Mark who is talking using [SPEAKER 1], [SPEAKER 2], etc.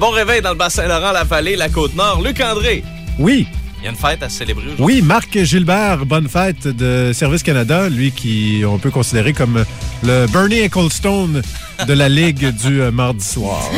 [SPEAKER 1] bon réveil dans le Bassin-Laurent, la Vallée, la Côte-Nord. Luc André,
[SPEAKER 2] Oui,
[SPEAKER 1] il y a une fête à célébrer aujourd'hui.
[SPEAKER 2] oui, Marc Gilbert, bonne fête de Service Canada, lui qui on peut considérer comme le Bernie Ecclestone de la Ligue du euh, mardi soir.